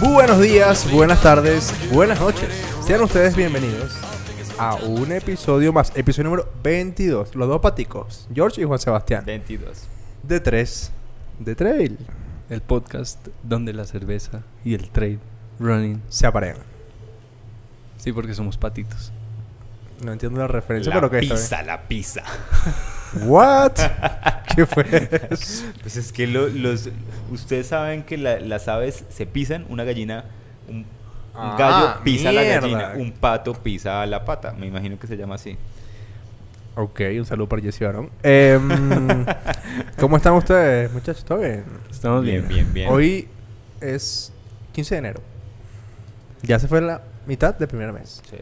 Buenos días, buenas tardes, buenas noches. Sean ustedes bienvenidos a un episodio más, episodio número 22. Los dos paticos, George y Juan Sebastián, 22. de 3 de Trail, El podcast donde la cerveza y el trade running. se aparean. Sí, porque somos patitos. No entiendo la referencia, La pero que ¿eh? está pizza, la pizza. bien. ¿What? ¿Qué fue eso? Pues es que lo- los, ustedes saben que la- las aves se pisan, una gallina, un, un Ah, gallo pisa a la gallina, mierda. un pato pisa a la pata, me imagino que se llama así. Ok, un saludo para Jesse Barón. Em, ¿Cómo están ustedes, muchachos? ¿Todo bien? Estamos bien. bien, bien, bien. Hoy es 15 de enero. Ya se fue la mitad del primer mes. Sí.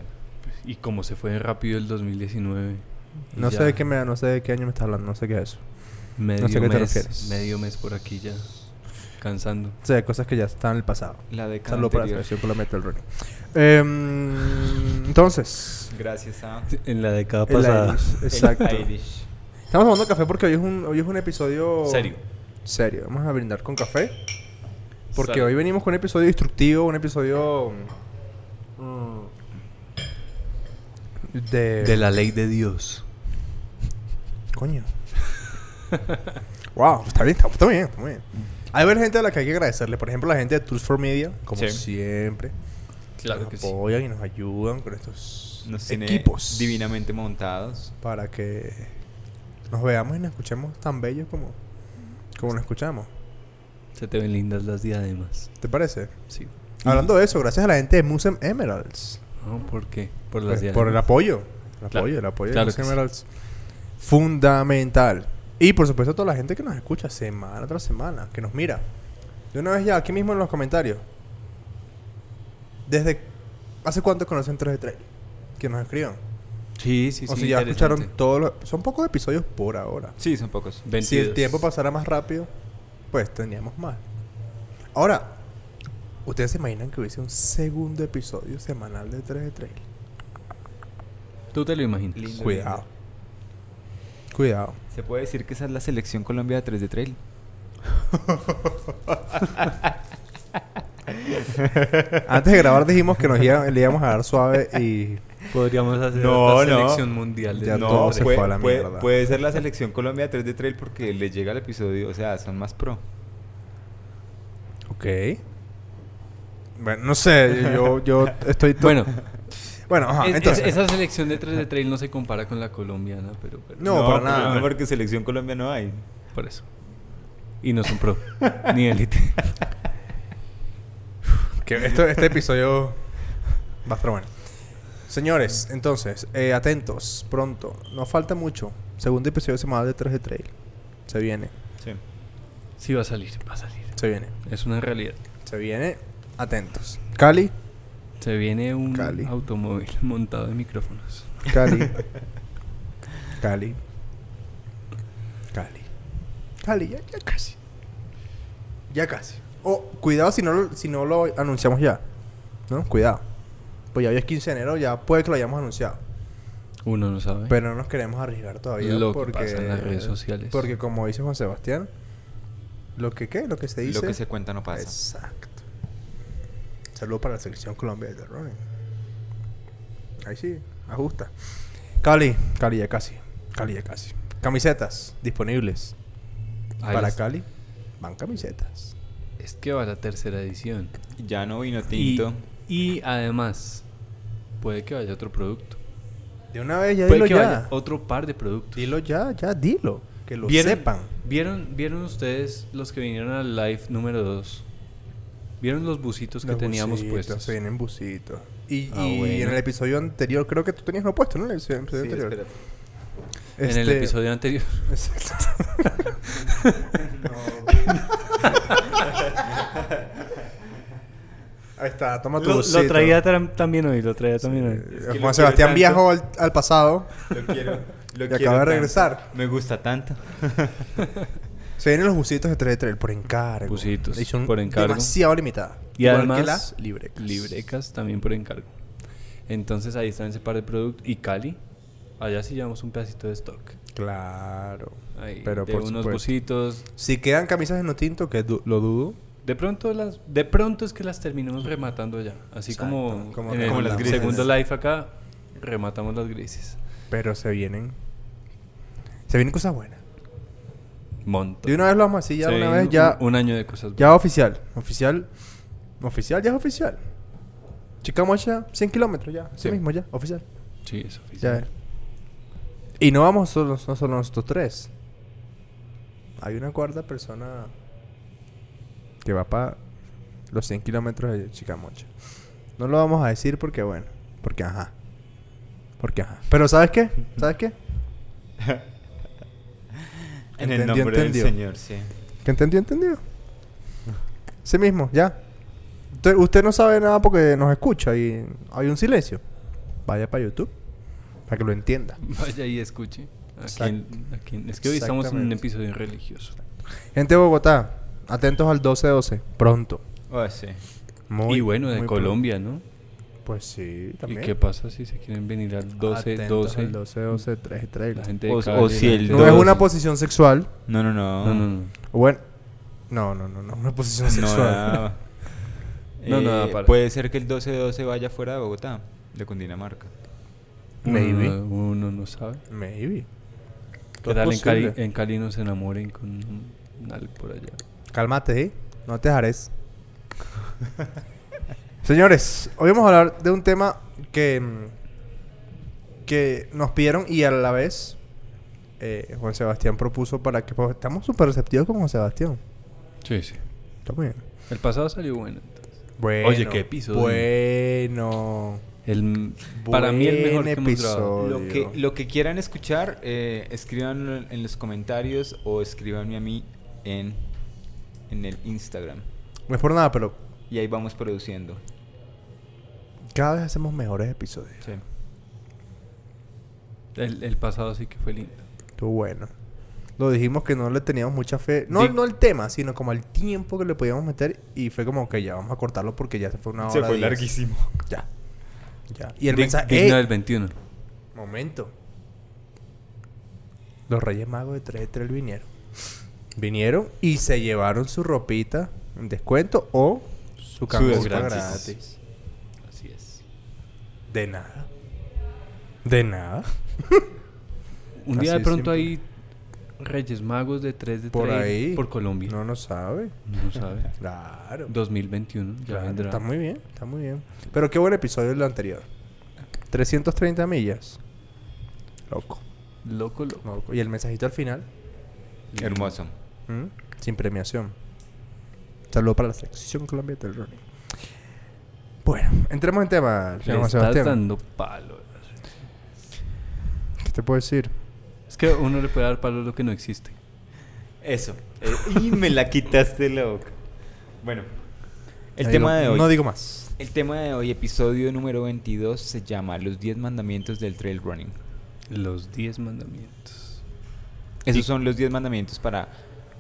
pues, Y como se fue rápido el 2019. y No ya sé de qué me, no sé de qué año me estás hablando, no sé qué es eso. Medio no sé a qué te mes, refieres. Medio mes por aquí ya. Cansando. O sea, de cosas que ya están en el pasado. La década Saludo para la Ah, anterior. selección Colombia del running. Em, entonces, Gracias a En la década el pasada. Irish, exacto. el Irish. Estamos tomando café porque hoy es un, hoy es un episodio Serio. Serio. Vamos a brindar con café. Porque Sale. hoy venimos con un episodio instructivo, un episodio mm, de, De la ley de Dios. Coño. wow, está bien, está, está bien, está muy bien. Hay ver gente a la que hay que agradecerle. Por ejemplo, la gente de Tools for Media, como Sí. siempre. nos apoyan y nos ayudan con estos Nos tiene equipos. divinamente montados. Para que nos veamos y nos escuchemos tan bellos como, como nos escuchamos. Se te ven lindas las diademas. ¿Te parece? Sí. Hablando de eso, gracias a la gente de Musem Emeralds. No, ¿Por qué? Por las Pues, diademas. por el apoyo. El Claro. apoyo, el apoyo de Claro Musem que sí. Emeralds. Fundamental. Y por supuesto, toda la gente que nos escucha semana tras semana, que nos mira. De una vez ya, aquí mismo en los comentarios. Desde. ¿Hace cuánto conocen 3 de 3? Que nos escriban. Sí, sí, sí. o si ya escucharon interesante. todos los. Son pocos episodios por ahora. Sí, son pocos. 22. Si el tiempo pasara más rápido, pues teníamos más. Ahora, ¿ustedes se imaginan que hubiese un segundo episodio semanal de 3 de 3? Tú te lo imaginas. Lindo. Cuidado. Cuidado. Se puede decir que esa es la selección Colombia de 3 de trail. Antes de grabar dijimos que nos iba- le íbamos a dar suave y Podríamos hacer No, hasta no. selección mundial de Ya no, todo se puede, fue a la puede- mierda. puede ser la selección Colombia 3 de trail porque le llega el episodio, o sea, son más pro. Ok. Bueno, no sé, yo, yo estoy... to- Bueno, bueno, ajá, es- es- Ah, entonces... esa selección de 3 de trail no se compara con la colombiana, pero, pero No, para porque- nada. No, porque selección Colombia no hay. por eso. Y no son pro, ni élite. que esto- este episodio va a estar bueno. Señores, entonces, eh, atentos, pronto. No falta mucho. Segundo episodio semanal de 3 de Trail. Se viene, Sí. Sí va a salir, va a salir. se viene, Es una realidad. se viene. Atentos. Cali, Se viene un Cali. automóvil montado de micrófonos. Cali. Cali. Cali. Cali, ya, ya casi. Ya casi. Oh, cuidado si no, lo- si no lo anunciamos ya. ¿No? Cuidado. Pues ya hoy es 15 de enero, ya puede que lo hayamos anunciado. Uno no sabe. Pero no nos queremos arriesgar todavía. Lo que porque, pasa en las redes sociales. Porque como dice Juan Sebastián, lo que qué, lo que se dice. Lo que se cuenta no pasa. Exacto. Saludos para la selección Colombia de Running. Ahí sí, ajusta. Cali, Cali ya casi. Cali ya casi. Camisetas disponibles. Ahí para es- Cali van camisetas. Es que va la tercera edición. Ya no vino Y, tinto. y además, puede que vaya otro producto. De una vez ya Puede dilo ya. que vaya otro par de productos. Dilo ya, ya dilo. Que lo sepan. ¿vieron, ¿Vieron ustedes los que vinieron al live número 2? ¿Vieron los busitos que Los teníamos busitos, puestos? Se vienen busitos. Y, Ah, y en bueno. el episodio anterior, creo que tú tenías no puesto, ¿no? En el episodio Sí, anterior. espérate. En el Este- episodio anterior. Exacto. Ahí está, toma tu busito. también hoy, lo Eh, traía Es que lo Juan Sebastián quiero tanto. viajó al, al pasado. Lo quiero. Lo Y quiero acaba de tanto. regresar. Me gusta tanto. Se vienen los busitos de 3 de 3 por encargo. Busitos, Edición por encargo. Demasiado limitada. Y Igual que además, las librecas. librecas también por encargo. Entonces ahí están ese par de productos. Y Cali, allá sí llevamos un pedacito de stock. Claro. Ahí, Pero de por unos supuesto. busitos, Si quedan camisas de no tinto, que du- lo dudo. De pronto, las, de pronto es que las terminamos rematando ya. Así Exacto, como, como- en el como las grises. segundo live acá, rematamos las grises. Pero se vienen. Se vienen cosas buenas. Monto. De una vez lo vamos así, ya Se una viene vez, ya. Un, un año de cosas. Ya oficial. Oficial. Oficial, ya es oficial. Chicamocha, 100 kilómetros ya. Así Sí. mismo, ya. Oficial. buenas. Sí, es Ya oficial. ver. Y no vamos solo, no solo nosotros tres. Hay una cuarta persona que va para los 100 kilómetros de Chicamocha. No lo vamos a decir porque, bueno, porque ajá. Porque ajá. Pero ¿sabes qué? ¿Sabes qué? En el Entendió, nombre entendió. del Señor, sí. ¿Que entendió? ¿Entendió? Sí mismo, ya. Usted, usted no sabe nada porque nos escucha y hay un silencio. Vaya para YouTube para que lo entienda. Vaya y escuche. a Exact- quién- a quién- Es que hoy estamos en un Exactamente. episodio religioso. Gente de Bogotá, atentos al 12-12. Pronto. Ah, sí. Muy, y bueno, de muy Colombia, ¿no? pronto. Pues sí, también. ¿Y qué pasa si se quieren venir al 12, Atentos 12? al 12, 12, 3, 3. La gente de O- o Cali, si la el gente- No dos- es una posición sexual. No, no, no. No, no, no. o Bueno, no, no, no, no, una posición No, sexual. nada. No, Eh, nada, para. Puede ser que el 12-12 vaya fuera de Bogotá, de Cundinamarca. Maybe. Uno, uno no sabe. Maybe. Todo ¿Qué es tal en Cali, posible. en Cali nos enamoren con un- un algo por allá? Cálmate, ¿eh? No te dejarés. Señores, hoy vamos a hablar de un tema que, mm, que nos pidieron y a la vez eh, Juan Sebastián propuso para que... pues, estamos súper receptivos con Juan Sebastián. Sí, sí. Está muy bien. El pasado salió bueno. Bueno, qué episodio. Bueno. El, para mí el mejor Buen que hemos grabado. episodio. Lo que, lo que quieran escuchar, eh, escriban en los comentarios o escríbanme a mí en, en el Instagram. No es por nada, pero Y ahí vamos produciendo. cada vez hacemos mejores episodios. Sí. El, el pasado sí que fue lindo. Estuvo bueno. Lo dijimos que no le teníamos mucha fe. No, Di- no el tema, sino como el tiempo que le podíamos meter. Y fue como que ya vamos a cortarlo porque ya se fue una hora. diez. Ya. Ya. Y el Dig- mensaje. Digno ¡Eh! del 21. Momento. Los Reyes Magos de 3 de 3 vinieron. Vinieron y se llevaron su ropita en descuento o su camiseta descuento. Pues gratis. Así es. De nada. De nada. Un Así día de es pronto siempre. hay Reyes Magos de 3 de 3 Por ahí. por Colombia. No, No, no sabe. sabe. Claro. 2021 ya Claro, vendrá. Está muy bien, está muy bien. Pero qué buen episodio el anterior. 330 millas. Loco. Loco, loco. loco. Y el mensajito al final. Hermoso. ¿Mm? Sin premiación. Saludo para la sección Colombia del Running. Bueno, entremos en tema. Le señor Juan estás Sebastián. dando palo. ¿Qué te puedo decir? Es que uno le puede dar palo a lo que no existe. Eso. Eh, y me la quitaste la boca. Bueno. El No tema digo- de hoy. No digo más. El tema de hoy, episodio número 22, se llama Los 10 mandamientos del trail running. Los 10 mandamientos. Esos son los 10 mandamientos para,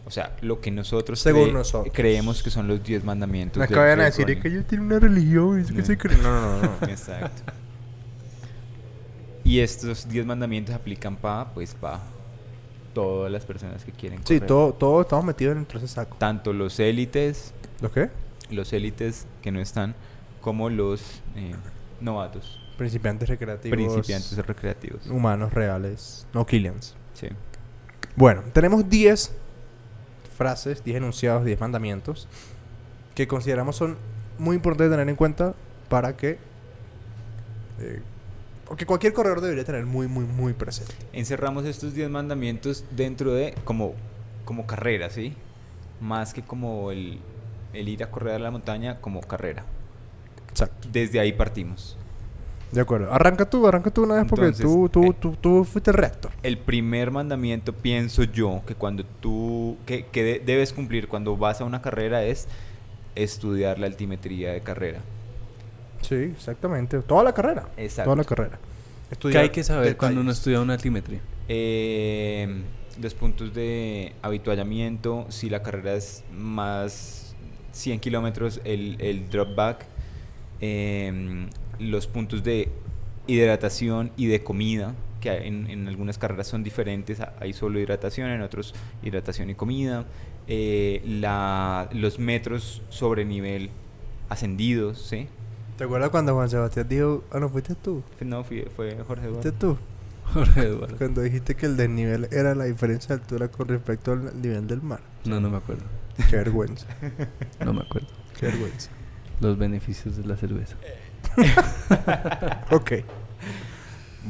o sea, lo que nosotros, Según nosotros. creemos que son los 10 mandamientos. Me del acaban de trail decir es running". que ellos tienen una religión. Es que No. se creen. No, no, no. no. Exacto. y estos 10 mandamientos aplican para, pues, para todas las personas que quieren sí, correr. todo- todos estamos metidos dentro de ese saco. Tanto los élites, ¿Los qué? los élites que no están, como los eh, novatos, Principiantes recreativos. principiantes recreativos. Humanos reales. No Killians. Sí. Bueno, tenemos 10 frases, 10 enunciados, 10 mandamientos que consideramos son muy importantes tener en cuenta para que... eh, o que cualquier corredor debería tener muy, muy, muy presente. encerramos estos 10 mandamientos dentro de como, como carrera, ¿sí? Más que como el, el ir a correr a la montaña como carrera. Exacto. Desde ahí partimos. De acuerdo. Arranca tú, arranca tú una vez porque Entonces, tú, tú, eh, tú, tú fuiste el rector. El primer mandamiento, pienso yo, que cuando tú, que, que de- debes cumplir cuando vas a una carrera es estudiar la altimetría de carrera. Sí, exactamente. Toda la carrera. Exacto. Toda la carrera. ¿Qué hay que saber cuando uno detalles. estudia una altimetría? Eh, los puntos de habituallamiento, si la carrera es más 100 kilómetros, el, el drop back, em, eh, los puntos de hidratación y de comida, que hay- en, en algunas carreras son diferentes, a- hay solo hidratación, en otros hidratación y comida, eh, la- los metros sobre nivel ascendidos, ¿sí? ¿Te acuerdas cuando Juan Sebastián dijo, ah, no, fuiste tú? No, fui- fue Jorge ¿Fuiste Eduardo. tú? Jorge Eduardo. Cuando dijiste que el desnivel era la diferencia de altura con respecto al nivel del mar. No, no me acuerdo. Qué vergüenza. No me acuerdo. Qué vergüenza. Los beneficios de la cerveza. Ok.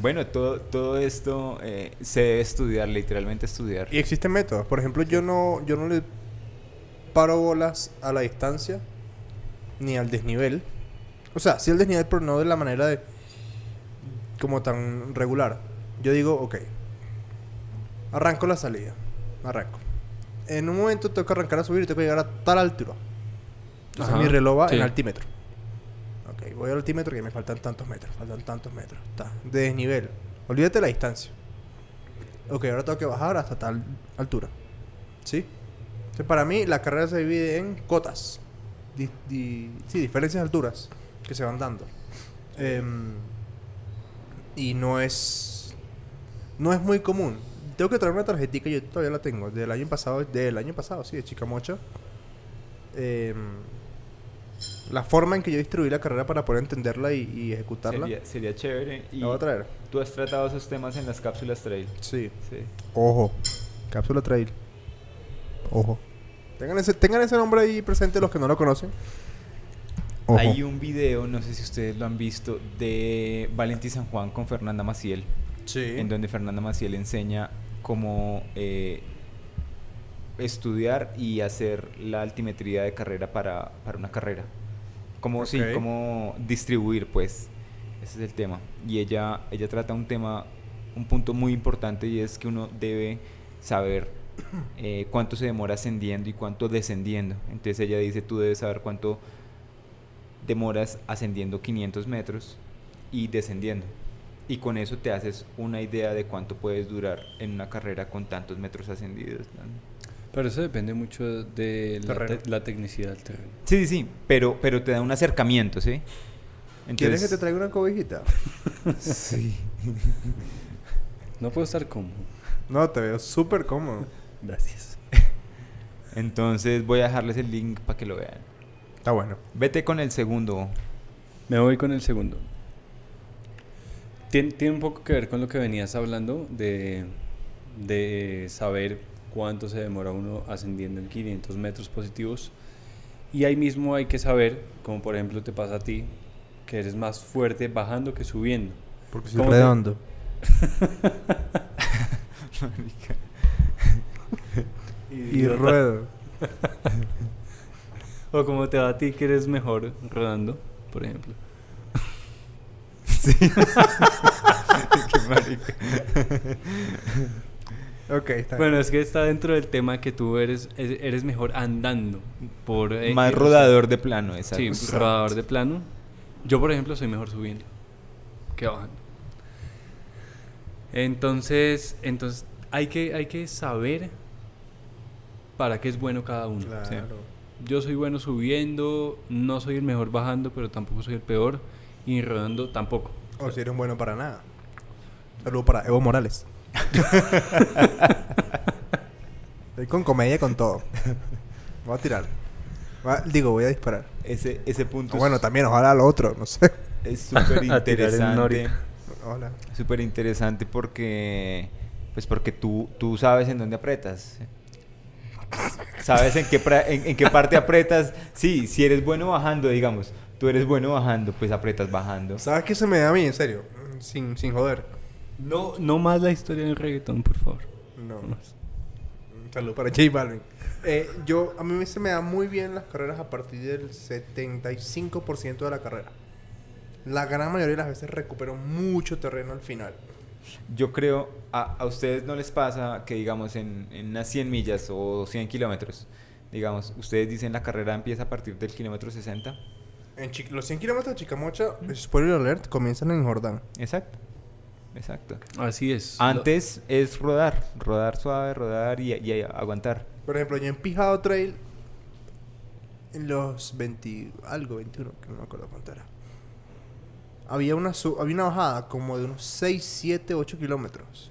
Bueno, todo, todo esto eh, se debe estudiar, literalmente estudiar. Y existen métodos. Por ejemplo, yo no, yo no le paro bolas a la distancia ni al desnivel. O sea, sí al desnivel, pero no de la manera de como tan regular. Yo digo, ok. Arranco la salida. Arranco. En un momento tengo que arrancar a subir y tengo que llegar a tal altura. Entonces Ajá, mi reloj va sí. en altímetro. Ok, voy al altímetro que me faltan tantos metros, faltan tantos metros. Ta, de desnivel. Olvídate de la distancia. Ok, ahora tengo que bajar hasta tal altura. ¿Sí? Entonces, para mí, la carrera se divide en cotas. Di- di- sí, diferencias de alturas que se van dando. Em, y no es. No es muy común. Tengo que traer una tarjetita, yo todavía la tengo, del año pasado, del año pasado, sí, de Chicamocha. Em, la forma en que yo distribuí la carrera para poder entenderla y, y ejecutarla. Sería, sería chévere. Y La voy a traer. tú has tratado esos temas en las cápsulas trail. Sí. Sí. Ojo. Cápsula Trail. Ojo. Tengan ese, tengan ese nombre ahí presente los que no lo conocen. Ojo. Hay un video, no sé si ustedes lo han visto, de Valentín San Juan con Fernanda Maciel, Sí. en donde Fernanda Maciel enseña cómo eh, estudiar y hacer la altimetría de carrera para, para una carrera. Cómo, sí, Ok. cómo distribuir, pues. Ese es el tema. Y ella, ella trata un tema, un punto muy importante y es que uno debe saber eh, cuánto se demora ascendiendo y cuánto descendiendo. Entonces ella dice, tú debes saber cuánto demoras ascendiendo 500 metros y descendiendo. Y con eso te haces una idea de cuánto puedes durar en una carrera con tantos metros ascendidos. Pero eso depende mucho de la, Terreno. te- la tecnicidad del terreno. Sí, sí, sí, pero, pero te da un acercamiento, ¿sí? ¿Quieres que te traiga una cobijita? Sí. No puedo estar cómodo. No, te veo súper cómodo. Gracias. Entonces voy a dejarles el link para que lo vean. Está bueno. Vete con el segundo. Me voy con el segundo. Tien- tiene un poco que ver con lo que venías hablando de, de saber cuánto se demora uno ascendiendo en 500 metros positivos. Y ahí mismo hay que saber, como por ejemplo te pasa a ti, que eres más fuerte bajando que subiendo. Porque soy redondo. Y ruedo. O como te va a ti que eres mejor rodando, por ejemplo. Qué marica. Ok, está Bueno, es que está dentro del tema que tú eres es- eres mejor andando por eh, Más eh, rodador de plano, o sea, exacto. Sí, rodador de plano. Yo, por ejemplo, soy mejor subiendo que bajando. Entonces, entonces hay que hay que saber para qué es bueno cada uno. Claro. sí. Yo soy bueno subiendo, no soy el mejor bajando, pero tampoco soy el peor y rodando tampoco. O si eres bueno para nada. Saludo para Evo Morales. Estoy con comedia con todo. Voy a tirar. Va- digo, voy a disparar. Ese, ese punto O Ah, bueno, es- también, ojalá al otro, no sé. es súper A tirar el interesante. norica. Hola. Súper interesante porque pues porque tú, tú sabes en dónde aprietas. Sabes en qué, pra- en, en qué parte aprietas. Sí, si eres bueno bajando, digamos, tú eres bueno bajando, pues aprietas bajando. ¿Sabes qué se me da a mí, en serio? Mm, Sin, sin joder. No no más la historia del reggaetón, por favor. No. No más. Un saludo para J Balvin. Eh, yo, a mí se me dan muy bien las carreras a partir del 75% de la carrera. La gran mayoría de las veces recupero mucho terreno al final. Yo creo, a, a ustedes no les pasa que, digamos, en, en unas 100 millas o 100 kilómetros, digamos, ustedes dicen la carrera empieza a partir del kilómetro 60. En Chi- los 100 kilómetros de Chicamocha, spoiler alert, comienzan en Jordán. Exacto. Exacto. Así es. Lo- Antes es rodar, rodar suave, rodar y, y aguantar. Por ejemplo, yo en Pijao Trail, en los 20, algo, 21, que no me acuerdo cuánto era. había una, su- había una bajada como de unos 6, 7, 8 kilómetros.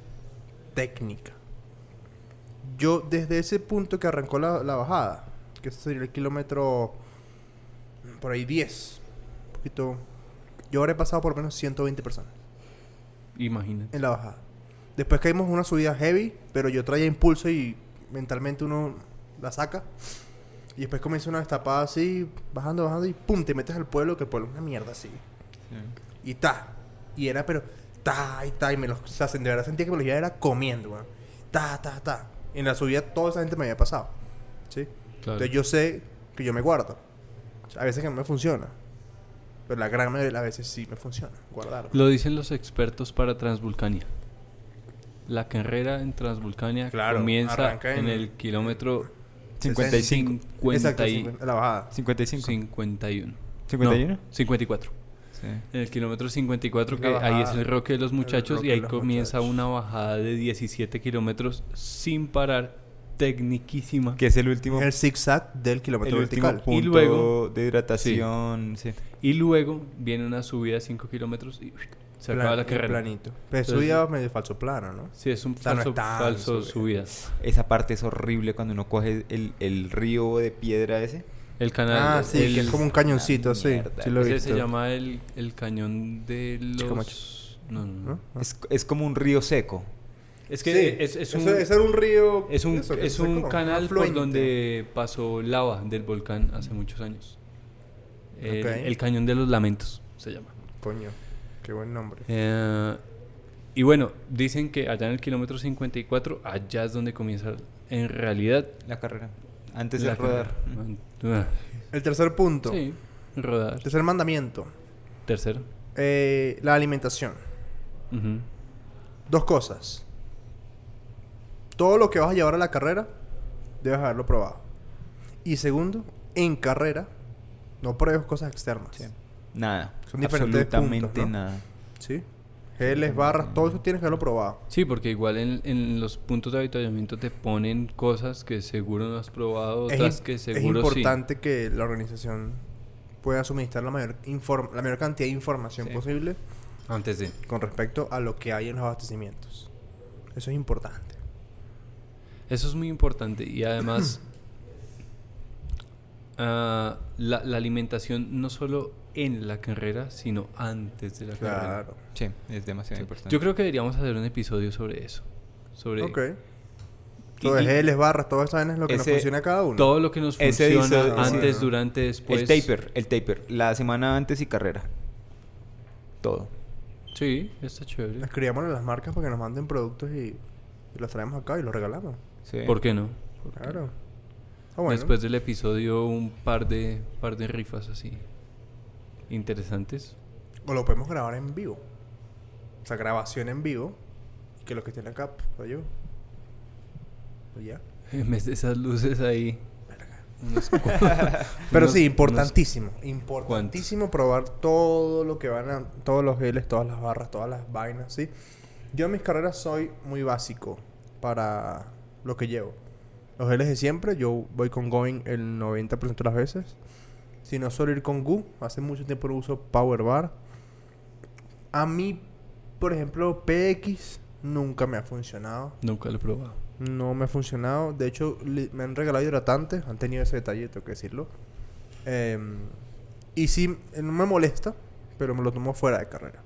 Técnica. Yo, desde ese punto que arrancó la, la bajada, que este sería el kilómetro mm, por ahí 10, un poquito. Yo ahora he pasado por lo menos 120 personas Imagínate. en la bajada. Después caímos en una subida heavy, pero yo traía impulso y mentalmente uno la saca. Y después comienza una destapada así, bajando, bajando y pum, te metes al pueblo, que el pueblo es una mierda así. Y ta. Y era, pero ta y ta. Y me los. O sea, de verdad sentía que me los iba era comiendo, weón. Ta, ta, ta. En la subida toda esa gente me había pasado. ¿Sí? Claro. Entonces yo sé que yo me guardo. O sea, A veces que no me funciona. Pero la gran mayoría de las veces sí me funciona. Guardarlo. Lo dicen los expertos para Transvulcania. La carrera en Transvulcania Claro, comienza arranca en, en- el kilómetro 55. 50 Exacto, y- sí, en la bajada. 55. 51. ¿51? No, 54. Sí. En el kilómetro 54, La que ahí es bajada. el roque de los El muchachos, roque y de ahí los comienza muchachos. una bajada de 17 kilómetros sin parar, tecniquísima. Que es el último, El zigzag del kilómetro el último vertical. punto Y luego- de hidratación. Sí. Y luego viene una subida de 5 kilómetros y uy, se acaba Plan- la carrera. Planito. Pero Entonces- eso ya medio falso plano, ¿no? Sí, es un O sea, no falso, es tan falso subida. subidas. Esa parte es horrible cuando uno coge el, el río de piedra ese. El canal. Ah, sí, el- que es como un cañoncito, sí. mierda. Sí lo he ese visto. se llama el, el cañón de Chicomacho. los. No, no, no. ¿No? Es, es como un río seco. Es que Sí, es, es eso- un. ese era un río. Es un, eso, que es se un como canal por afluente. donde pasó lava del volcán hace muchos años. El, Ok. el Cañón de los Lamentos se llama. Coño, qué buen nombre. Eh, y bueno, dicen que allá en el kilómetro 54, allá es donde comienza en realidad La carrera. Antes la de rodar. carrera. Ah, El tercer punto. Sí, rodar. El tercer mandamiento. Tercero. Eh, la alimentación. Ujú. Dos cosas. Todo lo que vas a llevar a la carrera, debes haberlo probado. Y segundo, en carrera, no pruebes cosas externas. Sí. Nada. Son diferentes absolutamente puntos, ¿no? nada. ¿Sí? Geles, barras, todo eso tienes que haberlo probado. Sí, porque igual en, en los puntos de avituallamiento te ponen cosas que seguro no has probado, Es otras im- que es seguro sí. importante que la organización pueda suministrar la mayor, inform- la mayor cantidad de información Sí. posible Antes de. con respecto a lo que hay en los abastecimientos. Eso es importante. Eso es muy importante y además ah, la, la alimentación no solo en la carrera, sino antes de la carrera. Claro. Sí, es demasiado importante. Yo creo que deberíamos hacer un episodio sobre eso, sobre Ok. Y- Todo y- es geles, barras, todo eso es lo que nos Ese- funciona a cada uno. todo lo que nos Ese funciona episodio, sí. antes, durante, después. el taper, el taper. La semana antes y carrera. Todo. Sí, está chévere. Escribamos a las marcas para que nos manden productos y, y los traemos acá y los regalamos. Sí. ¿Por qué no? Claro. Ah, bueno. Después del episodio un par de par de rifas así interesantes. O lo podemos grabar en vivo. O sea, grabación en vivo. Y que los que estén acá, pues, soy yo. Y ya. En vez de esas luces ahí. unos cu- Pero unos- sí, unos- importantísimo. Importantísimo probar todo lo que van a... Todos los geles, todas las barras, todas las vainas, ¿sí? Yo en mis carreras soy muy básico para lo que llevo. Los geles de siempre, yo voy con Going el 90% de las veces. Si no, suelo ir con Goo. Hace mucho tiempo no uso Power Bar. A mí, por ejemplo, PX nunca me ha funcionado. Nunca lo he probado. No me ha funcionado. De hecho, li- me han regalado hidratantes. Han tenido ese detalle, tengo que decirlo. Em, y sí, eh, no me molesta, pero me lo tomo fuera de carrera.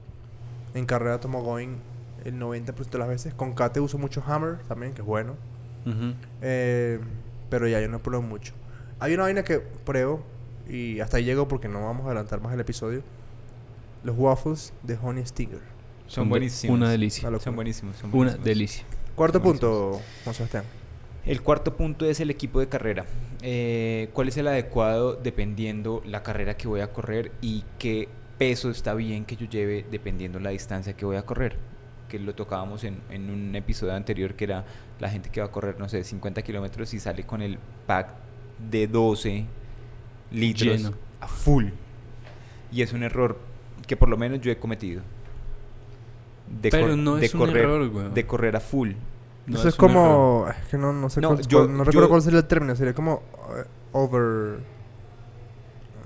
En carrera tomo Going el 90% de las veces. Con Kate uso mucho Hammer también, que es bueno. Ujú. Eh, pero ya, yo no pruebo mucho. Hay una vaina que pruebo y hasta ahí llego porque no vamos a adelantar más el episodio. Los waffles de Honey Stinger. Son de- buenísimos. Una Una delicia. locura. Son buenísimos. son Una buenísimos. delicia. Cuarto Son buenísimos. punto, Juan Sebastián. El cuarto punto es el equipo de carrera. Eh, ¿Cuál es el adecuado dependiendo la carrera que voy a correr y qué peso está bien que yo lleve dependiendo la distancia que voy a correr? Que lo tocábamos en, en un episodio anterior que era la gente que va a correr, no sé, 50 kilómetros y sale con el pack de 12 litros Lleno. a full. Y es un error que por lo menos yo he cometido. De Pero cor- no de es un correr, error, weón. De correr a full. No, Eso es, un error. como. Es que no, no sé No, cuál- yo- cuál- no recuerdo yo- cuál sería el término. Sería como. eh, over.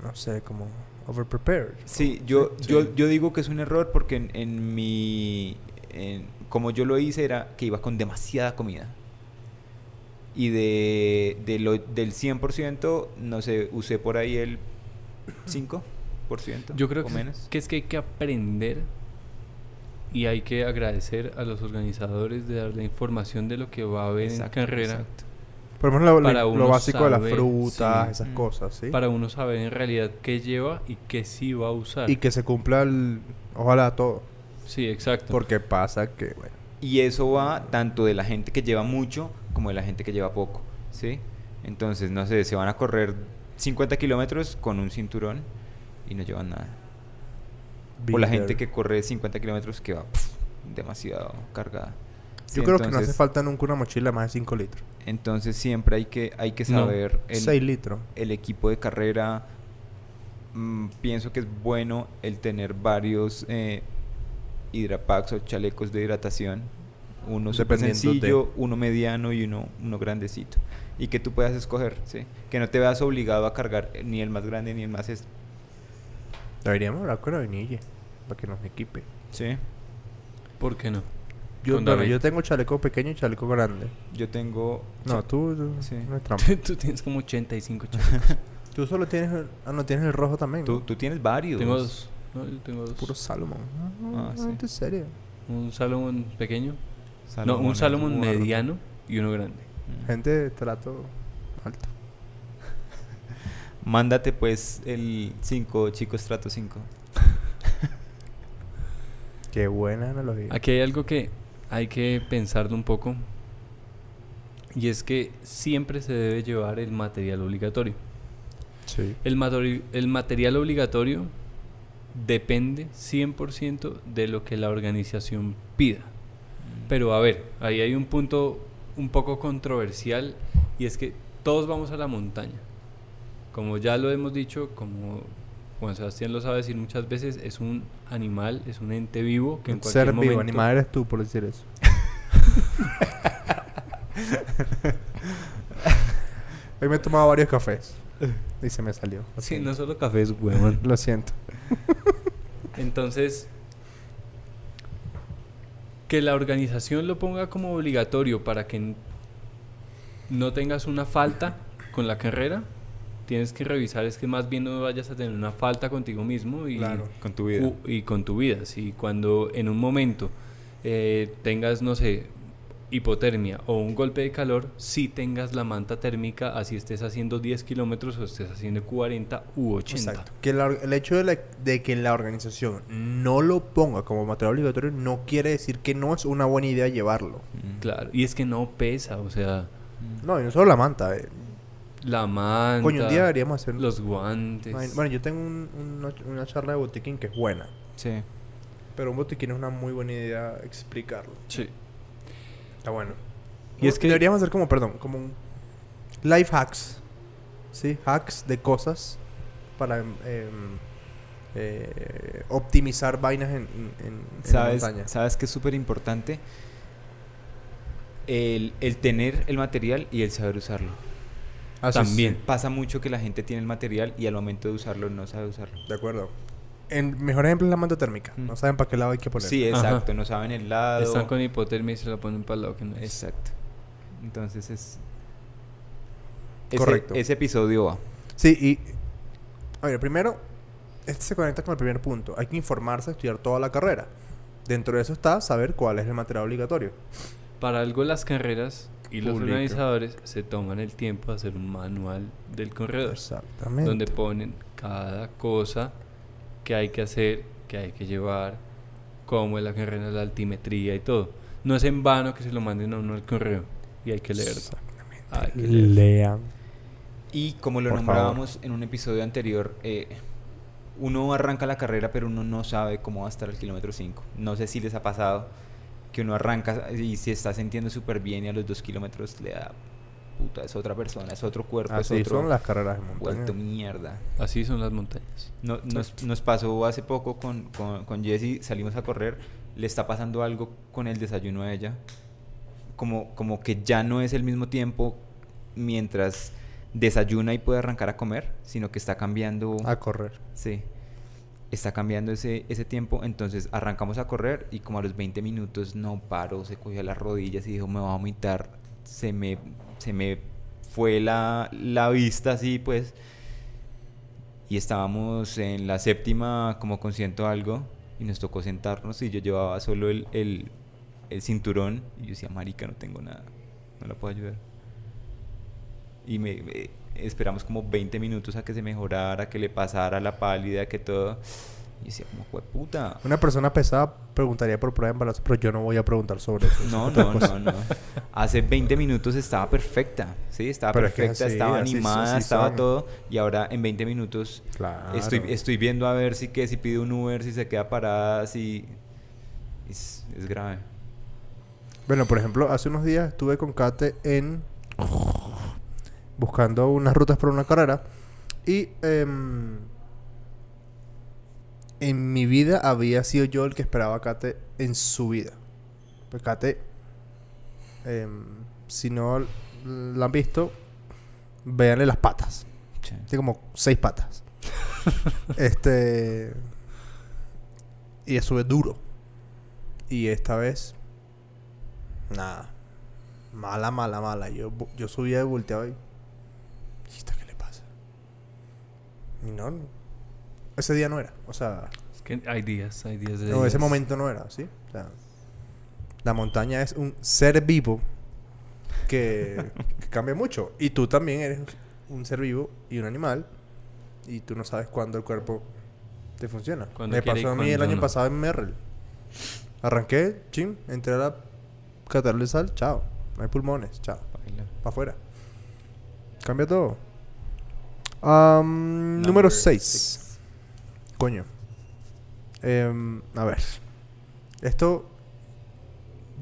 No sé, como. overprepared. Sí, yo, Sí. Yo, yo digo que es un error porque en, en mi... en- como yo lo hice era que iba con demasiada comida. Y de, de lo, del 100%, no sé, usé por ahí el 5%. Yo creo o que, menos. que es que hay que aprender y hay que agradecer a los organizadores de dar la información de lo que va a haber en Exacto, carrera exacto. Por lo menos lo- Para lo, uno básico de las saber, frutas, sí. esas Mm. cosas, ¿sí? para uno saber en realidad qué lleva y qué sí va a usar. Y que se cumpla el... Ojalá todo. sí, exacto. Porque pasa que, bueno... Y eso va tanto de la gente que lleva mucho como de la gente que lleva poco, ¿sí? Entonces, no sé, se van a correr 50 kilómetros con un cinturón y no llevan nada. O la be gente there. que corre 50 kilómetros que va pf, demasiado cargada. Sí, Yo creo que no hace entonces- falta nunca una mochila más de 5 litros. Entonces siempre hay que, hay que No. saber 6 litros. el equipo de carrera. mm, pienso que es bueno el tener varios eh, hidrapacks o chalecos de hidratación. Uno súper Dependiendo sencillo, de- uno mediano y uno, uno grandecito. Y que tú puedas escoger, ¿sí? Que no te veas obligado a cargar ni el más grande ni el más... es- Deberíamos hablar con la vainilla para que nos equipe. ¿sí? ¿Por qué no? Yo, Con bueno, David. yo tengo chaleco pequeño y chaleco grande. Yo tengo... No, tú, tú- Sí. no es trampa. Tú tienes como 85 chalecos. Tú solo tienes el, ah, no tienes el rojo también. Tú, ¿no? tú tienes varios. tengo dos. No, yo tengo dos. puro Salomon. Ah, sí. ¿En serio? Un Salomon pequeño. Salomón, no, un Salomon uno roto. mediano y uno grande. Mm. Gente de trato alto. Mándate pues el 5, chicos, trato 5. Qué buena analogía. Aquí hay algo que hay que pensarlo un poco. Y es que siempre se debe llevar el material obligatorio. Sí. El, matori- el material obligatorio depende 100% de lo que la organización pida. Pero a ver, ahí hay un punto un poco controversial y es que todos vamos a la montaña. Como ya lo hemos dicho, como Juan Sebastián lo sabe decir muchas veces, es un animal, es un ente vivo que en Un cualquier ser vivo, momento- animal eres tú por decir eso. Hoy me he tomado varios cafés y se me salió. Lo Sí, siento. no solo cafés, huevón. Lo siento. Entonces, que la organización lo ponga como obligatorio para que n- no tengas una falta con la carrera, tienes que revisar es que más bien no vayas a tener una falta contigo mismo y, Claro. Con tu vida. u- y con tu vida. Si cuando en un momento eh, tengas, no sé, hipotermia o un golpe de calor, si tengas la manta térmica, así estés haciendo 10 kilómetros o estés haciendo 40 u 80. Exacto. Que la or- el hecho de, la- de que la organización no lo ponga como material obligatorio no quiere decir que no es una buena idea llevarlo. Mm. Claro, y es que no pesa, o sea, Mm. No, y no solo la manta. eh. la manta, Coño, un día deberíamos hacer... los guantes. Imagín- Bueno, yo tengo un- una, una charla de botiquín que es buena. Sí. Pero un botiquín es una muy buena idea explicarlo. Sí. Está bueno. Y es que- Deberíamos hacer como, perdón, como un... Life hacks. ¿Sí? Hacks de cosas para... em, em, eh, optimizar vainas en, en- en- en ¿Sabes, montaña. ¿Sabes que es súper importante? El, el tener el material y el saber usarlo. Así es. También. Pasa mucho que la gente tiene el material y al momento de usarlo no sabe usarlo. De acuerdo. El mejor ejemplo es la manta térmica. Mm. No saben para qué lado hay que poner. Sí, Ajá. exacto. No saben el lado. Están con hipotermia y se la ponen para el lado que no es. Exacto. Entonces es... ese- Correcto. Ese, episodio va. Sí, y. A ver, primero, este se conecta con el primer punto. Hay que informarse, estudiar toda la carrera. Dentro de eso está saber cuál es el material obligatorio. Para algo las carreras y los Publica. organizadores se toman el tiempo de hacer un manual del corredor, Exactamente. donde ponen cada cosa que hay que hacer, que hay que llevar, cómo es la carrera, la altimetría y todo. No es en vano que se lo manden a uno al correo y hay que leerlo. Exactamente. Hay que leerlo. Lean. Y como lo Por favor. nombrábamos en un episodio anterior, eh, uno arranca la carrera pero uno no sabe cómo va a estar el kilómetro 5. No sé si les ha pasado que uno arranca y se está sintiendo súper bien y a los dos kilómetros le da puta, es otra persona, es otro cuerpo, Así es pues otro son las carreras de montaña. vuelto mierda. Así son las montañas. No- nos, nos pasó hace poco con, con, con Jessy, salimos a correr, le está pasando algo con el desayuno a ella. Como, como que ya no es el mismo tiempo Ah. mientras desayuna y puede arrancar a comer, sino que está cambiando. A correr. Sí. está cambiando ese, ese tiempo, entonces arrancamos a correr y como a los 20 minutos no paro, se cogió las rodillas y dijo, me va a vomitar, se me, se me fue la, la vista así pues, y estábamos en la séptima como con ciento algo y nos tocó sentarnos y yo llevaba solo el, el, el cinturón y yo decía, marica, no tengo nada, no la puedo ayudar. Y me, me- esperamos como 20 minutos a que se mejorara, que le pasara la pálida, que todo. Y decía, como fue puta. Una persona pesada preguntaría por prueba de embarazo, pero yo no voy a preguntar sobre eso. No, no, no, no. Hace 20 minutos estaba perfecta, sí, estaba Pero es que perfecta, así, estaba así- animada, así estaba son. todo. Y ahora en 20 minutos Claro. estoy, estoy viendo a ver si que si pide un Uber, si se queda parada, si es, es grave. Bueno, por ejemplo, hace unos días estuve con Kate en. buscando unas rutas para una carrera. Y. em, en mi vida había sido yo el que esperaba a Kate en su vida. Pues Kate. em, si no la han visto, véanle las patas. Che. Tiene como seis patas. este. Y eso es duro. Y esta vez. Nada. Mala, mala, mala. Yo, bu- yo subía y volteaba y. "Hijita, ¿Qué le pasa? Y no. no. Ese día no era. O sea. Es que hay días, hay días de. No, ese días. momento no era, ¿sí? O sea, la montaña es un ser vivo que, que cambia mucho. Y tú también eres un ser vivo y un animal. Y tú no sabes cuándo el cuerpo te funciona. Cuándo me quiere y pasó a mí el cuándo año no. pasado en Merrell. Arranqué, chim, entré a la catarle sal, chao. No hay pulmones, chao. Baila. Para afuera. Cambia todo. Am, número Number 6. six. Coño. Em, a ver. Esto.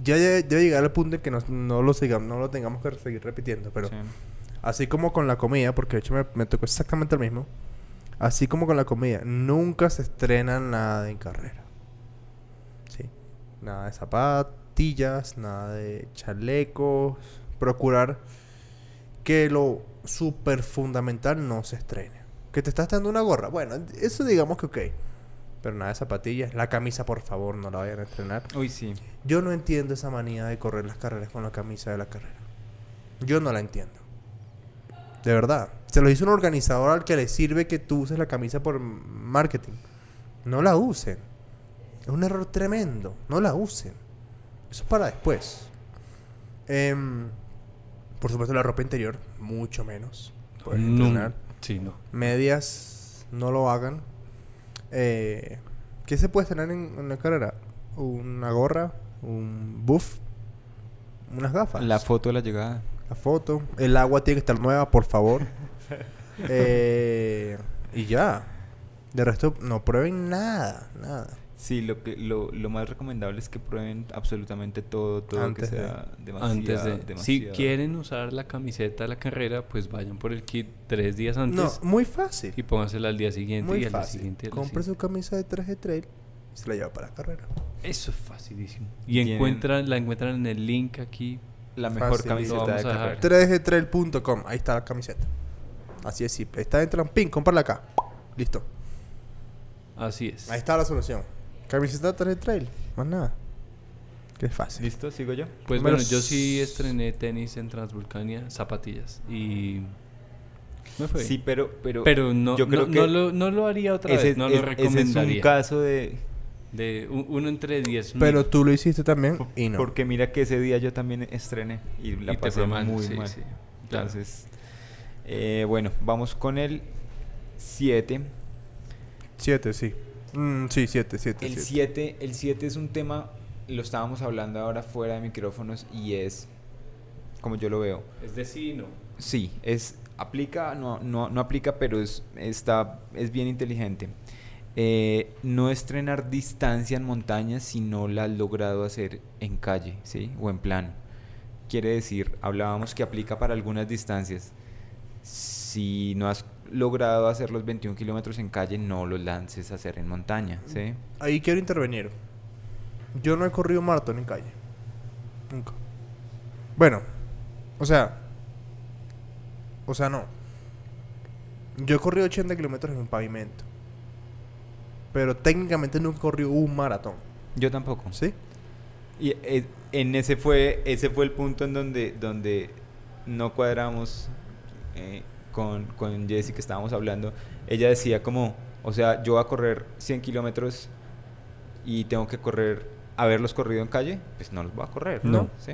Ya ya- debe llegar al punto en que nos- no, lo sigamos, no lo tengamos que seguir repitiendo. Pero Sí. así como con la comida, porque de hecho me, me tocó exactamente lo mismo. Así como con la comida, nunca se estrena nada en carrera. Sí. Nada de zapatillas, nada de chalecos. Procurar que lo super fundamental no se estrene. Que te estás dando una gorra. Bueno, eso digamos que ok. Pero nada de zapatillas. La camisa, por favor, no la vayan a estrenar. Uy, sí. Yo no entiendo esa manía de correr las carreras con la camisa de la carrera. Yo no la entiendo. De verdad. Se lo hizo un organizador al que le sirve que tú uses la camisa por m- marketing. No la usen. Es un error tremendo. No la usen. Eso es para después. Em, por supuesto, la ropa interior, mucho menos. Puedes No, entrenar. sí, no. Medias, no lo hagan. Eh, ¿Qué se puede tener en en una carrera? Una gorra, un buff, unas gafas. La foto de la llegada. La foto. El agua tiene que estar nueva, por favor. Eh, y ya. De resto, no prueben nada, nada. Sí, lo, que, lo, lo más recomendable es que prueben absolutamente todo, todo Antes que de- sea demasiado. Antes de. Si demasiado. quieren usar la camiseta de la carrera, pues vayan por el kit tres días antes no, muy fácil. y póngansela al día siguiente Muy y al día fácil. siguiente. y al día Compre su siguiente. camisa de traje trail y se la lleva para la carrera. Eso es facilísimo. Y Tienen- encuentran, la encuentran en el link aquí. La mejor Facilito. camiseta Vamos de a dejar. carrera. 3gtrail.com. Ahí está la camiseta. Así es simple. Está en Trampín, cómprala acá. Listo. Así es. Ahí está la solución. Camiseta 3 trail. Más nada. Que es fácil. ¿Listo? ¿Sigo yo? Pues Número bueno, yo sí s- estrené tenis en Transvulcania, zapatillas y me fue. Sí, bien. pero, pero, pero no, yo creo no, que no lo, no lo haría otra ese, vez, no es- lo ese es recomendaría. un caso de... de un- uno entre 10 Pero tú lo hiciste también y no. Porque mira que ese día yo también estrené y la Y te pasé fue mal, muy sí, mal. sí, claro. Entonces, eh, bueno, vamos con el 7. 7, sí. Mm, sí, 7, 7. El 7 el siete es un tema, lo estábamos hablando ahora fuera de micrófonos y es, como yo lo veo, es de sí y no. Sí, es aplica, no, no, no aplica, pero es, está, es bien inteligente. Eh, no estrenar distancia en montaña si no la has logrado hacer en calle, ¿sí? O en plano. Quiere decir, hablábamos que aplica para algunas distancias. Si no has logrado hacer los 21 kilómetros en calle, no los lances a hacer en montaña, ¿sí? Ahí quiero intervenir. Yo no he corrido un maratón en calle. Nunca. Bueno, o sea. O sea, no. Yo he corrido 80 kilómetros en un pavimento. pero técnicamente nunca corrió un maratón. Yo tampoco. ¿Sí? Y eh, en ese fue, ese fue el punto en donde, donde no cuadramos eh, con, con Jessie que estábamos hablando. Ella decía como, o sea, yo voy a correr 100 kilómetros y tengo que correr, haberlos corrido en calle, pues no los voy a correr. No. ¿sí?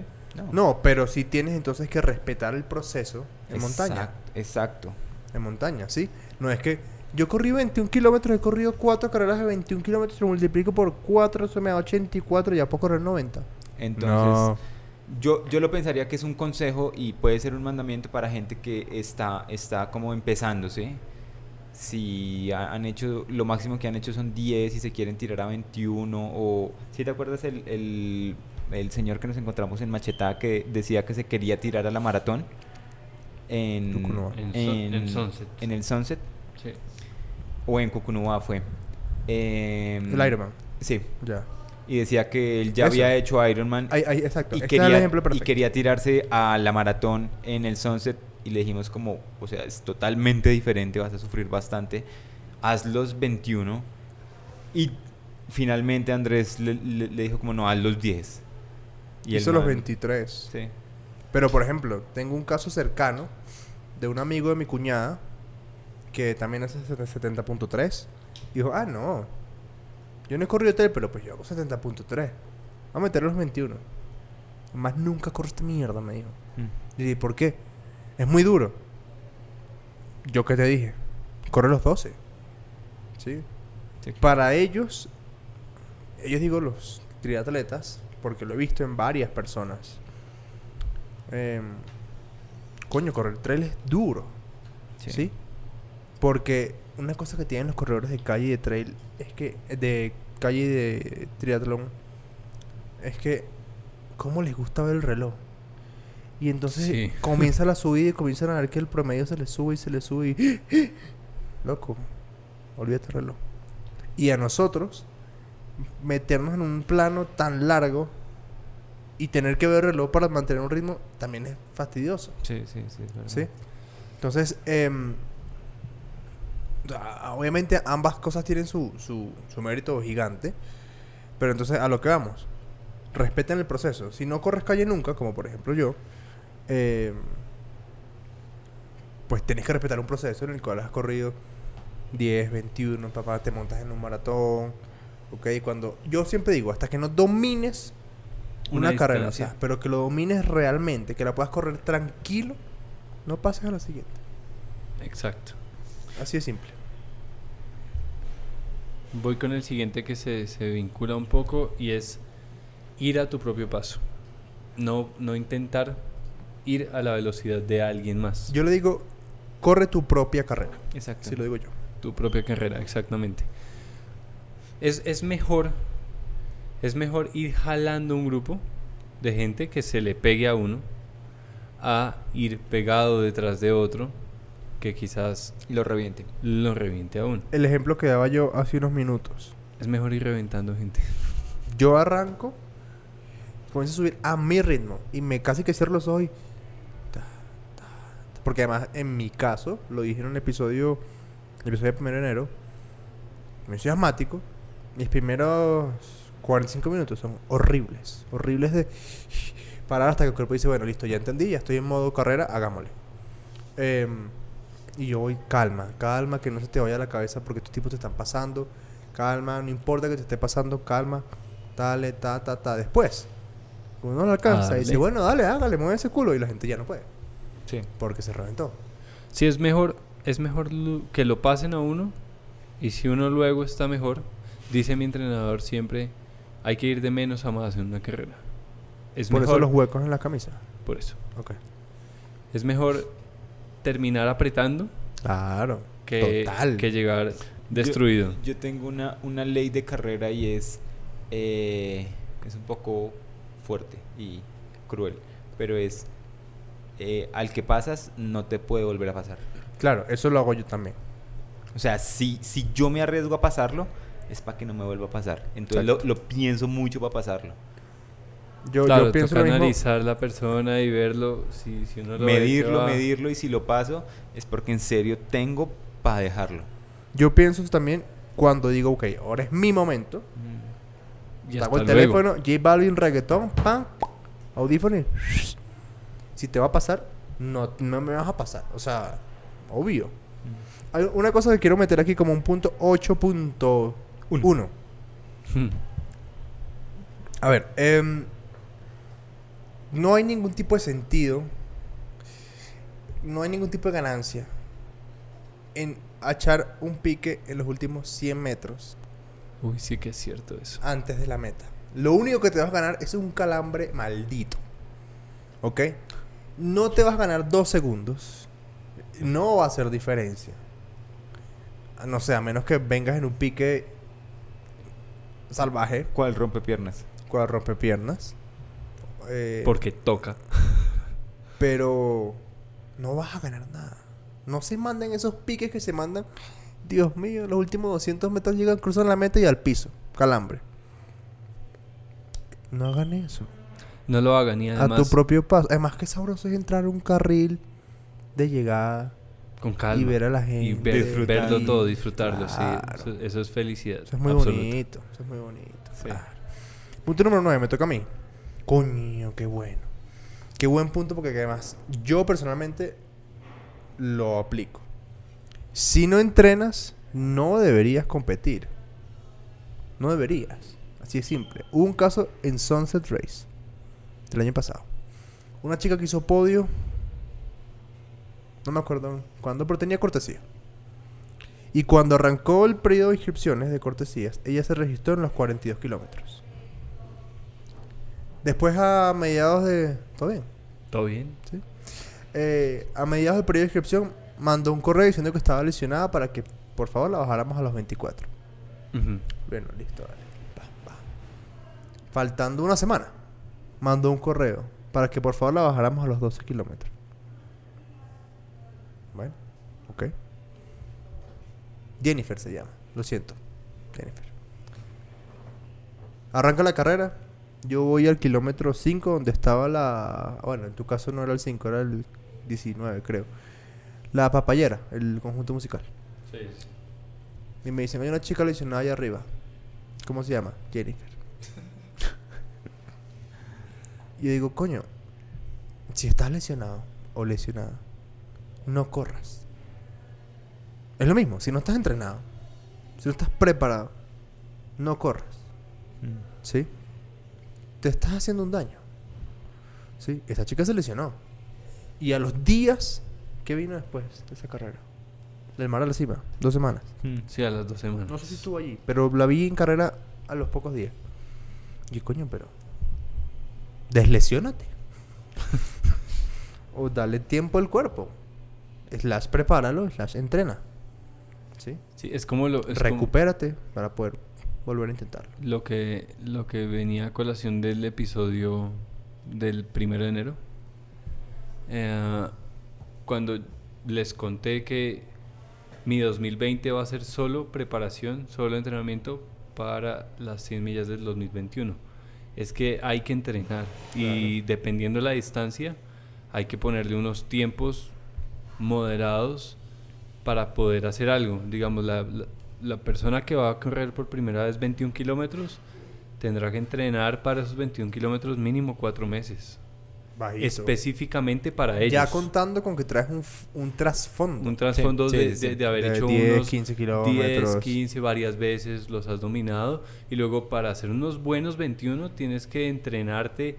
No, pero sí tienes entonces que respetar el proceso en montaña. Exact- Exacto. En montaña, ¿sí? No es que yo corrí 21 kilómetros, he corrido 4 carreras de 21 kilómetros, lo multiplico por 4, eso me da 84, ya puedo correr 90. Entonces, yo, yo lo pensaría que es un consejo y puede ser un mandamiento para gente que está, está como empezando, ¿sí? Si ha- han hecho, lo máximo que han hecho son 10 y se quieren tirar a 21 o... ¿Sí te acuerdas el, el, el señor que nos encontramos en Machetá que decía que se quería tirar a la maratón? En, Tucunúa. En Sun- en Sunset. En el Sunset Sí. o en Cucunúa fue. Em, El Ironman, Sí. ya. Y decía que él ya Eso. había hecho Ironman Ahí, ahí, exacto. y Este quería, es el ejemplo y perfecto. quería tirarse a la maratón en el Sunset y le dijimos como, o sea, es totalmente diferente, vas a sufrir bastante, haz los 21 y finalmente Andrés le, le- le dijo como no, haz los 10. él Hizo los no- 23. Sí. Pero, por ejemplo, tengo un caso cercano de un amigo de mi cuñada que también hace 70.3. Y dijo, ah, no. Yo no he corrido tal, pero pues yo hago 70.3. Vamos a meter los 21. Más nunca corro esta mierda, me dijo. Mm. Y dije, ¿por qué? Es muy duro. Yo que te dije, corre los 12. ¿Sí? Sí. Para ellos, ellos digo los triatletas, porque lo he visto en varias personas. Em, coño, correr trail es duro, Sí. ¿sí? Porque una cosa que tienen los corredores de calle y de trail es que de calle y de triatlón es que cómo les gusta ver el reloj. Y entonces Sí. comienza la subida y comienzan a ver que el promedio se les sube y se les sube y loco, olvídate el reloj. Y a nosotros meternos en un plano tan largo y tener que ver el reloj para mantener un ritmo también es fastidioso. Sí, sí, sí, es verdad. ¿Sí? Entonces, em, a- obviamente ambas cosas tienen su, su, su mérito gigante. Pero entonces, a lo que vamos. Respeten el proceso. Si no corres calle nunca, como por ejemplo yo, em, pues tenés que respetar un proceso en el cual has corrido 10, 21, papá, te montas en un maratón. Ok, cuando yo siempre digo, hasta que no domines una, Una carrera, o distancia. sea, pero que lo domines realmente, que la puedas correr tranquilo, no pases a la siguiente. Exacto. Así de simple. Voy con el siguiente que se, se vincula un poco y es ir a tu propio paso. No, no intentar ir a la velocidad de alguien más. Yo le digo, corre tu propia carrera. Exacto. Así lo digo yo. Tu propia carrera, exactamente. Es, es mejor es mejor ir jalando un grupo de gente que se le pegue a uno a ir pegado detrás de otro que quizás Lo reviente. lo reviente a uno. El ejemplo que daba yo hace unos minutos. Es mejor ir reventando gente. Yo arranco, comienzo a subir a mi ritmo y me casi que cierro los ojos. y ta, ta, ta. Porque además, en mi caso, lo dije en un episodio, el episodio de 1 de enero, me soy asmático. Mis primeros 45 minutos son horribles. Horribles de parar hasta que el cuerpo dice, bueno, listo, ya entendí, ya estoy en modo carrera, hagámosle. Em, y yo voy, calma, calma, que no se te vaya la cabeza porque estos tipos te están pasando. Calma, no importa que te esté pasando, calma. Dale, ta, ta, ta. Después, uno lo alcanza y dice, Dale. bueno, dale, hágale, mueve ese culo. Y la gente ya no puede Sí. porque se reventó. Si es mejor, es mejor lu- que lo pasen a uno y si uno luego está mejor, dice mi entrenador siempre, hay que ir de menos a más en una carrera. Es Por mejor eso los huecos en la camisa. por eso. Ok. Es mejor terminar apretando Claro. que, Total. que llegar destruido. Yo tengo una, una ley de carrera y es, eh, es un poco fuerte y cruel, pero es eh, al que pasas no te puede volver a pasar. Claro, eso lo hago yo también. O sea, si, si yo me arriesgo a pasarlo, es para que no me vuelva a pasar. Entonces lo, lo pienso mucho para pasarlo. Yo, claro, yo pienso toca lo mismo. analizar la persona y verlo, si, si uno lo ve que medirlo, va- medirlo y si lo paso es porque en serio tengo para dejarlo. Yo pienso también cuando digo, ok, ahora es mi momento. Mm. Y Saco el hasta luego. teléfono, J Balvin, reggaetón, pam, audífono y... Si te va a pasar, no, no me vas a pasar. O sea, obvio. Mm. Hay una cosa que quiero meter aquí como un punto 8.1. Hmm. A ver, em, no hay ningún tipo de sentido, no hay ningún tipo de ganancia en echar un pique en los últimos 100 metros Uy, sí que es cierto eso. antes de la meta. Lo único que te vas a ganar es un calambre maldito. ¿Ok? No te vas a ganar dos segundos. No va a hacer diferencia. A No sé, a menos que vengas en un pique salvaje, ¿Cuál rompe piernas? cual rompe piernas. Eh, Porque toca. pero no vas a ganar nada. No se mandan esos piques que se mandan. Dios mío, los últimos 200 metros llegan, cruzan la meta y al piso. Calambre. No hagan eso. No lo hagan y además a tu propio paso. Además, que sabroso es entrar a un carril de llegada. con calma. y ver a la gente, Y ver- disfrutar. verlo todo, disfrutarlo. sí. Claro. Eso, eso es felicidad. Eso es muy absoluta. bonito. Eso es muy bonito. Sí. claro. Punto número 9, me toca a mí. Coño, qué bueno. Qué buen punto porque además yo personalmente lo aplico. Si no entrenas, no deberías competir. No deberías. Así de simple. Hubo un caso en Sunset Race del año pasado. Una chica que hizo podio. No me acuerdo cuándo, pero tenía cortesía. Y cuando arrancó el periodo de inscripciones de cortesías, ella se registró en los 42 kilómetros. Después a mediados de... ¿Todo bien? ¿Todo bien? Sí. Eh, a mediados del periodo de inscripción mandó un correo diciendo que estaba lesionada para que por favor la bajáramos a los 24. Ujú. Bueno, listo, dale. Pa, pa. Faltando una semana, mandó un correo para que por favor la bajáramos a los 12 kilómetros. Bueno, ok. Jennifer se llama, lo siento. Jennifer. Arranca la carrera. Yo voy al kilómetro 5 donde estaba la... Bueno, en tu caso no era el 5, era el 19 creo. La papayera, el conjunto musical. Y me dicen, hay una chica lesionada allá arriba. ¿Cómo se llama? Jennifer. y yo digo, coño, si estás lesionado o lesionada, no corras. Es lo mismo, si no estás entrenado, si no estás preparado, no corras. ¿Sí? Te estás haciendo un daño. ¿Sí? Esta chica se lesionó. Y a los días que vino después de esa carrera, del mar a la cima, dos semanas. Mm. Hmm, Sí, a las dos semanas. No sé si estuvo allí, pero la vi en carrera a los pocos días. Y coño, pero. Deslesiónate. o dale tiempo al cuerpo. Slash, prepáralo, slash, entrena. ¿Sí? Sí, es como lo... es como- Recupérate para poder volver a intentarlo. Lo que, lo que venía a colación del episodio del primero de enero, eh, cuando les conté que mi 2020 va a ser solo preparación, solo entrenamiento para las 100 millas del 2021. Es que hay que entrenar y dependiendo de la distancia, hay que ponerle unos tiempos moderados para poder hacer algo. Digamos, la, la- la persona que va a correr por primera vez 21 kilómetros tendrá que entrenar para esos 21 kilómetros mínimo cuatro meses. Específicamente para ellos. Ya contando con que traes un, f- un trasfondo. un trasfondo Sí, sí, de, sí. de- de haber De hecho 10, unos 15 kilómetros. 10, 15, varias veces los has dominado y luego para hacer unos buenos 21 tienes que entrenarte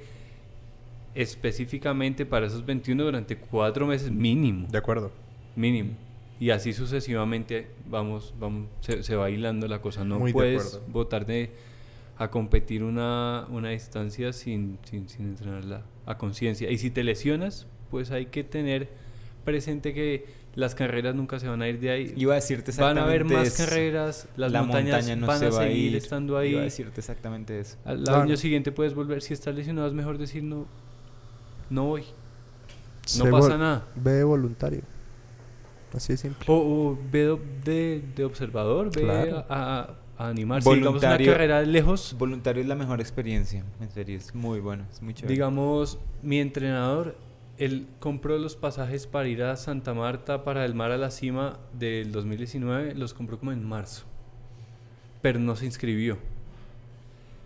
específicamente para esos 21 durante cuatro meses mínimo. de acuerdo. Mínimo. Y así sucesivamente vamos, vamos se, se va hilando la cosa. No Muy de puedes acuerdo. votar de a competir una, una distancia sin, sin, sin entrenarla a conciencia. Y si te lesionas, pues hay que tener presente que las carreras nunca se van a ir de ahí. Iba a decirte van exactamente a haber más eso. carreras, las La montañas montaña no van se a va seguir ir. estando ahí. Iba a decirte exactamente eso. Al al Claro. año siguiente puedes volver. Si estás lesionado es mejor decir no, no voy. No Sé pasa vol- nada. Ve de voluntario. Así de simple. O, o ve do- de, de observador, ve Claro. a, a animar. Si digamos una Voluntario. carrera lejos, Voluntario es la mejor experiencia. En serio, es muy bueno. Es muy chévere. digamos, mi entrenador, él compró los pasajes para ir a Santa Marta, para el mar a la cima del 2019, los compró como en marzo. pero no se inscribió.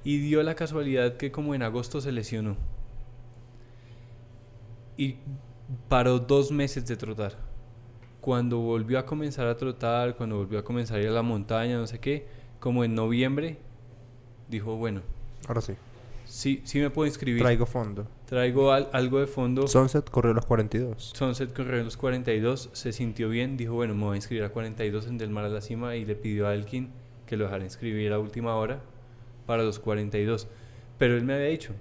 Y dio la casualidad que como en agosto se lesionó. Y paró dos meses de trotar. Cuando volvió a comenzar a trotar, cuando volvió a comenzar a ir a la montaña, no sé qué, como en noviembre, dijo, bueno, Ahora sí. sí, sí me puedo inscribir. Traigo, Traigo fondo. al- algo de fondo. Sunset corrió los 42. Sunset corrió en los 42, se sintió bien, dijo, bueno, me voy a inscribir a 42 en Del Mar a la Cima y le pidió a Elkin que lo dejara inscribir a última hora para los 42. Pero él me había dicho,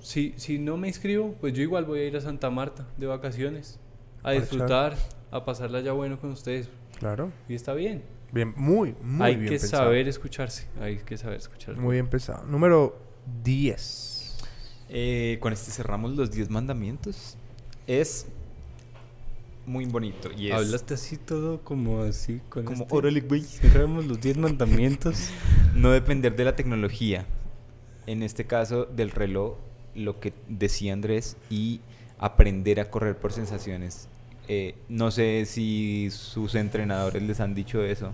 si, si no me inscribo, pues yo igual voy a ir a Santa Marta de vacaciones, a Parchar. disfrutar, a pasarla ya bueno con ustedes. Claro. Y está bien. Bien, muy, muy hay bien que pensado. saber escucharse, hay que saber escucharse. Muy bien pensado. Número 10. Eh, con este cerramos los 10 mandamientos. Es muy bonito. Y es Hablaste así todo como así, con Como este- órale, güey. Cerramos los 10 mandamientos. no depender de la tecnología. En este caso, del reloj, lo que decía Andrés, y aprender a correr por sensaciones. Eh, no sé si sus entrenadores les han dicho eso,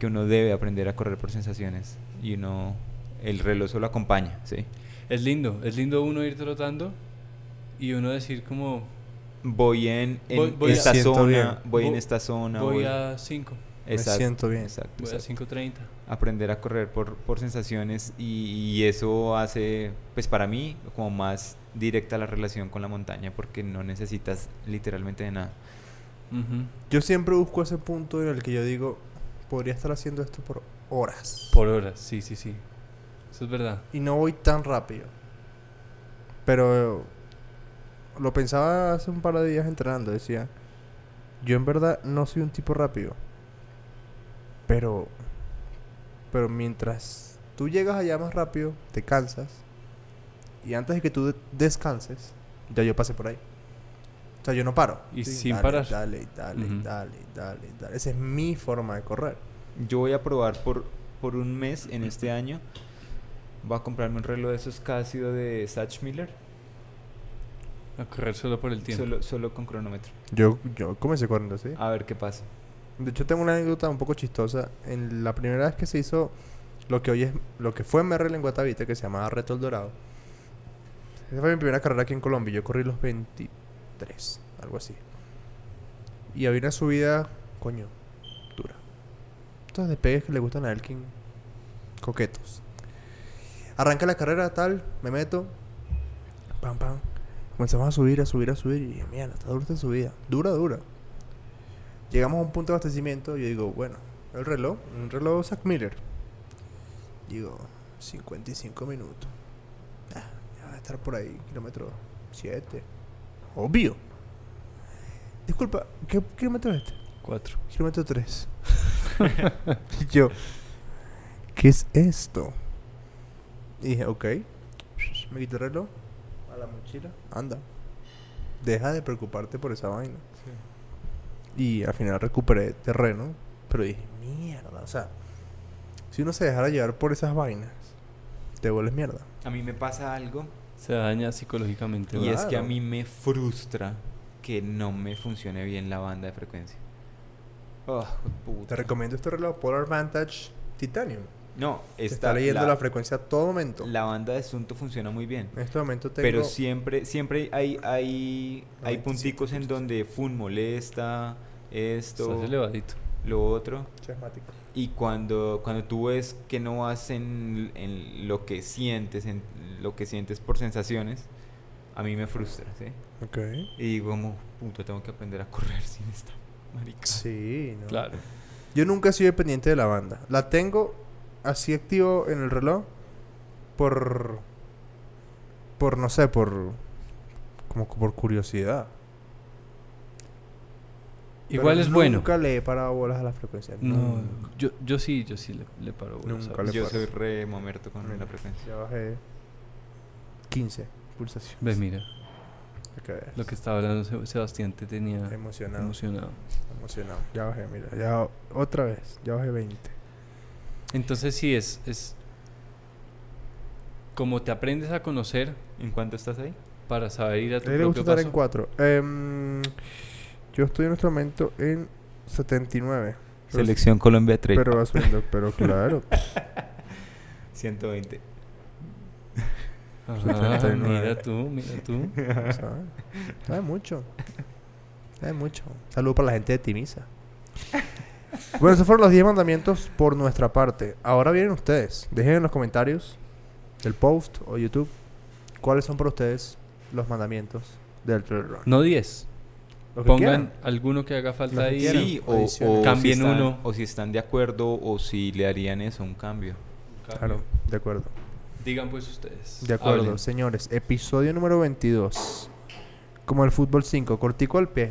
que uno debe aprender a correr por sensaciones. Y uno, el reloj solo acompaña, ¿sí? Es lindo, es lindo uno ir trotando y uno decir como Voy en, en Voy- voy a- esta Me siento zona, bien. voy en Vo- esta zona. voy a 5, Me siento bien. exacto, voy a exacto. 5.30. aprender a correr por, por sensaciones y, y eso hace, pues para mí, como más directa la relación con la montaña porque no necesitas literalmente de nada. Ujú. Yo siempre busco ese punto en el que yo digo, podría estar haciendo esto por horas. Por horas, sí, sí, sí. Eso es verdad. Y no voy tan rápido. Pero lo pensaba hace un par de días entrenando. Decía, yo en verdad no soy un tipo rápido. Pero, pero mientras tú llegas allá más rápido, te cansas. Y antes de que tú de- descanses, ya yo pasé por ahí. O sea, yo no paro. Y Sí, sin dale, parar. Dale, dale, Ujú. dale, dale, dale. Esa es mi forma de correr. Yo voy a probar por, por un mes en este año, voy a comprarme un reloj de esos Casio de Satch Miller, A correr solo por el tiempo. solo, solo con cronómetro, Yo, yo comencé corriendo así. a ver qué pasa. De hecho, tengo una anécdota un poco chistosa. En la primera vez que se hizo lo que hoy es lo que fue Merrell en Guatavita, que se llamaba Reto El Dorado. Esa fue mi primera carrera aquí en Colombia. Yo corrí los 23, algo así. Y había una subida, coño, dura. Estos despegues que le gustan a Elkin, coquetos. Arranca la carrera, tal, me meto. Pam, pam. Comenzamos a subir, a subir, a subir. Y dije, mierda, está dura esta subida. Dura, dura. Llegamos a un punto de abastecimiento. Yo digo, bueno, el reloj, un reloj Zack Miller. Digo, 55 minutos. Ah, ya va a estar por ahí, kilómetro 7. Obvio. Disculpa, ¿qué kilómetro es este? Cuatro. Kilómetro 3. yo, ¿qué es esto? Y dije, ok. Me quité el reloj. A la mochila. Anda. Deja de preocuparte por esa vaina. Y al final recuperé terreno. Pero dije, mierda. O sea, si uno se dejara llevar por esas vainas, te vuelves mierda. A mí me pasa algo Se daña psicológicamente. y ¿verdad? es que a Claro. mí me frustra que no me funcione bien la banda de frecuencia. Ah, Oh, Te puta. recomiendo este reloj Polar Vantage Titanium. No, Te está, está leyendo la, la- frecuencia a todo momento. La banda de Sunto funciona muy bien. en este momento tengo... Pero siempre, siempre hay, hay, hay 97, punticos en donde Fun molesta, esto, Estás elevadito. lo otro. Chasmático. Y cuando, cuando tú ves que no hacen en lo que sientes, en lo que sientes por sensaciones, a mí me frustra, ¿sí? Ok. Y digo, como, puto, tengo que aprender a correr sin esta marica. Sí, ¿no? Claro. Yo nunca he sido dependiente de la banda. La tengo así activo en el reloj por... Por, no sé, por... Como cu- por curiosidad. Pero Igual es bueno. Nunca le he parado bolas a la frecuencia. No, Nunca. yo, yo sí, yo sí le, le paro. bolas a Nunca veces. le Yo pasa? soy re momerto con la frecuencia. Ya bajé 15 pulsaciones. Ve, mira, Ok. lo que estaba hablando Seb- Sebastián te tenía Emocionado. Ah, emocionado. Emocionado. Ya bajé, mira. Ya otra vez. Ya bajé 20. Entonces sí, es, es como te aprendes a conocer ¿En cuánto estás ahí? para saber ir a tu A él le gusta propio estar paso. en Em, 4. yo estoy en este momento en 79. Selección Colombia 3. Pero vas viendo, pero claro. pues, 120. Ah, mira tú, mira tú. ¿Sabe? Sabe mucho. Sabe mucho. Saludo para la gente de Timisa. Bueno, esos fueron los 10 mandamientos por nuestra parte. Ahora vienen ustedes. Dejen en los comentarios del post o YouTube cuáles son para ustedes los mandamientos del Trail Run. No 10. Los que Pongan quieran. alguno que haga falta Los que ahí. quieran. Sí, o, o adiciones. Cambien si están- uno. O si están de acuerdo o si le harían eso, un cambio. Claro, de acuerdo. Digan pues ustedes. De acuerdo, Hablen. señores. Episodio número 22. Como el fútbol 5, cortico al pie.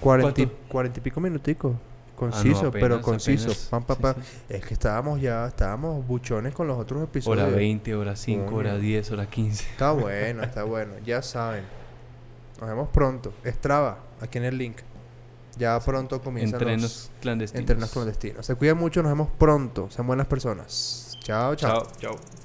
40 y, ¿Cuánto? 40 y pico minuticos. Ah, no, Conciso, pero apenas, conciso. apenas. Pam, pam, Sí, pam. sí. Es que estábamos ya, estábamos buchones con los otros episodios. Hora 20, hora 5, Coño. hora 10, hora 15. Está bueno, está bueno. Ya saben. Nos vemos pronto. Strava, aquí en el link. Ya pronto comienzan los Entrenos clandestinos. entrenos clandestinos. Se cuidan mucho, nos vemos pronto. Sean buenas personas. chao. chao. chao.